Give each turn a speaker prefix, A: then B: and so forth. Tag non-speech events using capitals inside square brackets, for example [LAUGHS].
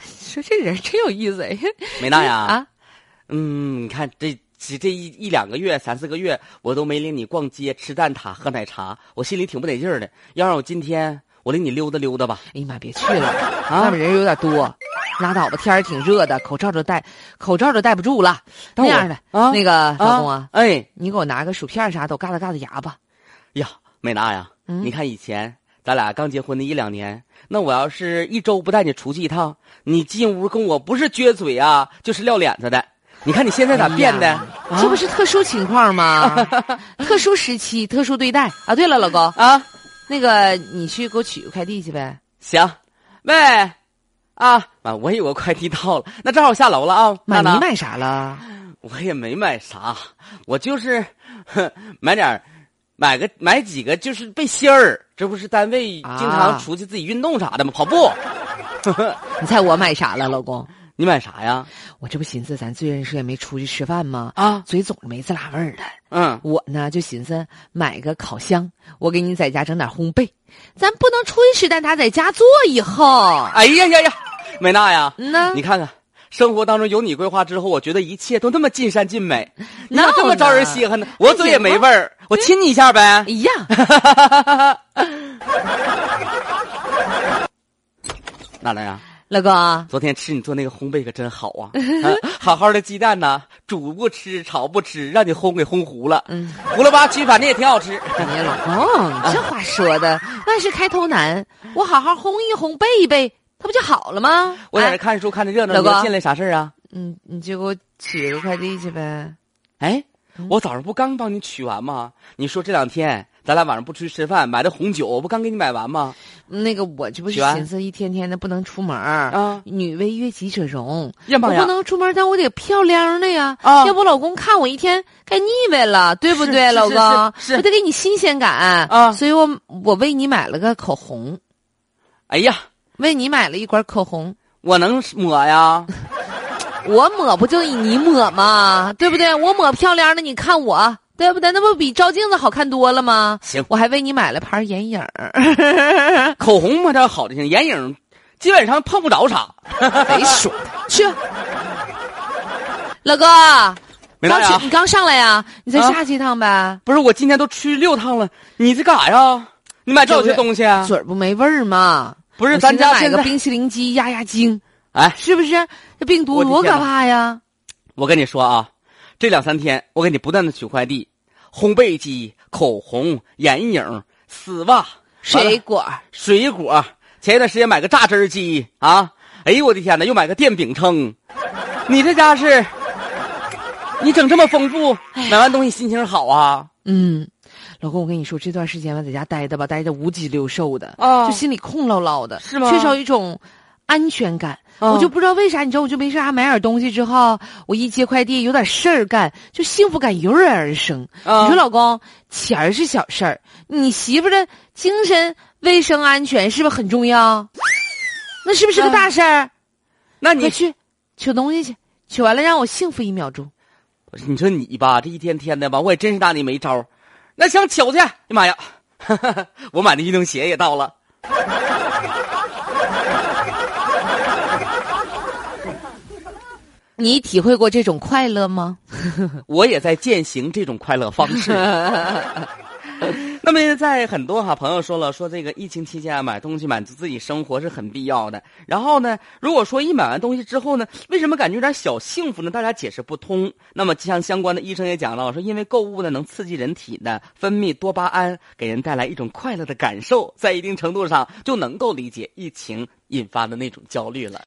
A: 说这人真有意思哎！
B: 美娜呀，
A: 啊，
B: 嗯，你看这这这一一两个月、三四个月，我都没领你逛街、吃蛋挞、喝奶茶，我心里挺不得劲儿的。要让我今天我领你溜达溜达吧，
A: 哎呀妈，别去了，啊外面人有点多，拉倒吧，天儿挺热的，口罩都戴，口罩都戴不住了。
B: 但
A: 那
B: 我
A: 样的，
B: 啊
A: 那个老公啊，，
B: 哎
A: 你给我拿个薯片啥的，我嘎达嘎达牙吧。
B: 呀，美娜呀，
A: 嗯
B: 你看以前咱俩刚结婚的一两年，那我要是一周不带你出去一趟，你进屋跟我不是撅嘴啊，就是撂脸子的。你看你现在咋变的？
A: 哎呀这不是特殊情况 [LAUGHS] 吗？特殊时期，特殊对待啊！对了，老公，
B: 啊，
A: 那个你去给我取个快递去呗。
B: 行，喂，啊啊，我有个快递到了，那正好下楼了啊。
A: 买
B: 娜娜
A: 你买啥了？
B: 我也没买啥，我就是 [LAUGHS] 哼买点儿，买个买几个就是背心儿。这不是单位经
A: 啊
B: 常出去自己运动啥的吗？跑步。 [LAUGHS]
A: 你猜我买啥了，老公？
B: 你买啥呀？
A: 我这不寻思咱最认识也没出去吃饭吗？
B: 啊，
A: 嘴总是没滋啦味儿的。
B: 嗯，
A: 我呢就寻思买个烤箱，我给你在家整点烘焙，咱不能出去吃蛋挞，在家做以后。
B: 哎呀呀呀，美娜呀，
A: 嗯呐
B: 你看看，生活当中有你规划之后，我觉得一切都那么尽善尽美，你
A: 哪
B: 咋
A: 有
B: 这么招人
A: 呢
B: 稀罕呢？我嘴也没味儿，我亲你一下呗
A: 哎。呀，
B: 娜娜呀，
A: 老公，
B: 昨天吃你做那个烘焙可真好啊！ [LAUGHS] 啊好好的鸡蛋呐，煮不吃，炒不吃，让你烘给烘糊了。
A: 嗯，
B: 糊了吧唧，反正也挺好吃。
A: 哎呀，老公，你这话说的万事开头难，我好好烘一烘，焙一焙，它不就好了吗？
B: 我在这
A: 哎
B: 看书看的热闹，
A: 老
B: 你
A: 公
B: 又进来啥事儿啊？
A: 嗯，你就给我取个快递去呗。
B: 哎，
A: 嗯
B: 我早上不刚帮你取完吗？你说这两天咱俩晚上不出去吃饭，买的红酒我不刚给你买完吗？
A: 那个，我这不是
B: 取完
A: 寻思一天天的不能出门啊，
B: 啊，
A: 女为悦己者容，
B: 呀妈
A: 我
B: 呀
A: 不！能出门，但我得漂亮的呀，
B: 啊
A: 要不老公看我一天该腻歪了，对不
B: 是
A: 对，
B: 是
A: 老
B: 是
A: 公？
B: 是
A: 我得给你新鲜感
B: 啊
A: 所以我我为你买了个口红，
B: 哎呀，
A: 为你买了一管口红。
B: 我能抹呀？
A: 我抹不就你抹吗？对不对？我抹漂亮的，你看我，对不对？那不比照镜子好看多了吗？
B: 行
A: 我还为你买了盘眼影
B: [LAUGHS]
A: 儿，
B: 口红嘛，这好的行，眼影基本上碰不着啥。
A: 没说去。老哥，
B: 没
A: 刚
B: 娜呀
A: 去，你刚上来呀？你再
B: 啊
A: 下去一趟呗。
B: 不是我今天都去六趟了，你这干啥呀？你买这有些东西啊？
A: 嘴儿不没味儿吗？
B: 不是
A: 我
B: 咱
A: 寻思
B: 家
A: 买
B: 现
A: 个
B: 在
A: 冰淇淋机压压惊，
B: 哎，
A: 是不是？这病毒
B: 我的
A: 多可
B: 天哪
A: 怕呀！
B: 我跟你说啊，这两三天我给你不断的取快递，烘焙机、口红、眼影、丝袜、完了
A: 水果儿，
B: 水果。前一段时间买个榨汁儿机啊，哎呦我的天哪，又买个电饼铛。你这家是，你整这么丰富，
A: 哎
B: 买完东西心情好啊？
A: 嗯，老公，我跟你说，这段时间吧，在家待着吧，待着五脊六兽的，
B: 啊
A: 就心里空落落的，
B: 是吗
A: 缺少一种安全感。
B: 啊
A: 我就不知道为啥，你知道，我就没事还买点东西之后，我一接快递，有点事儿干，就幸福感油然而生。
B: 啊
A: 你说，老公，钱儿是小事儿，你媳妇儿的精神卫生安全是不是很重要？那是不是个
B: 啊
A: 大事儿？
B: 那
A: 快
B: 你
A: 去取东西去，取完了让我幸福一秒钟。
B: 你说你吧，这一天天的吧，我也真是拿你没招儿那想巧去，哎呀妈呀， [LAUGHS] 我买的运动鞋也到了。
A: 你体会过这种快乐吗？
B: 我也在践行这种快乐方式。 [LAUGHS] 那么，在很多哈朋友说了，说这个疫情期间啊，买东西满足自己生活是很必要的。然后呢，如果说一买完东西之后呢，为什么感觉有点小幸福呢？大家解释不通。那么，像相关的医生也讲到，说因为购物呢能刺激人体呢分泌多巴胺，给人带来一种快乐的感受，在一定程度上就能够理解疫情引发的那种焦虑了。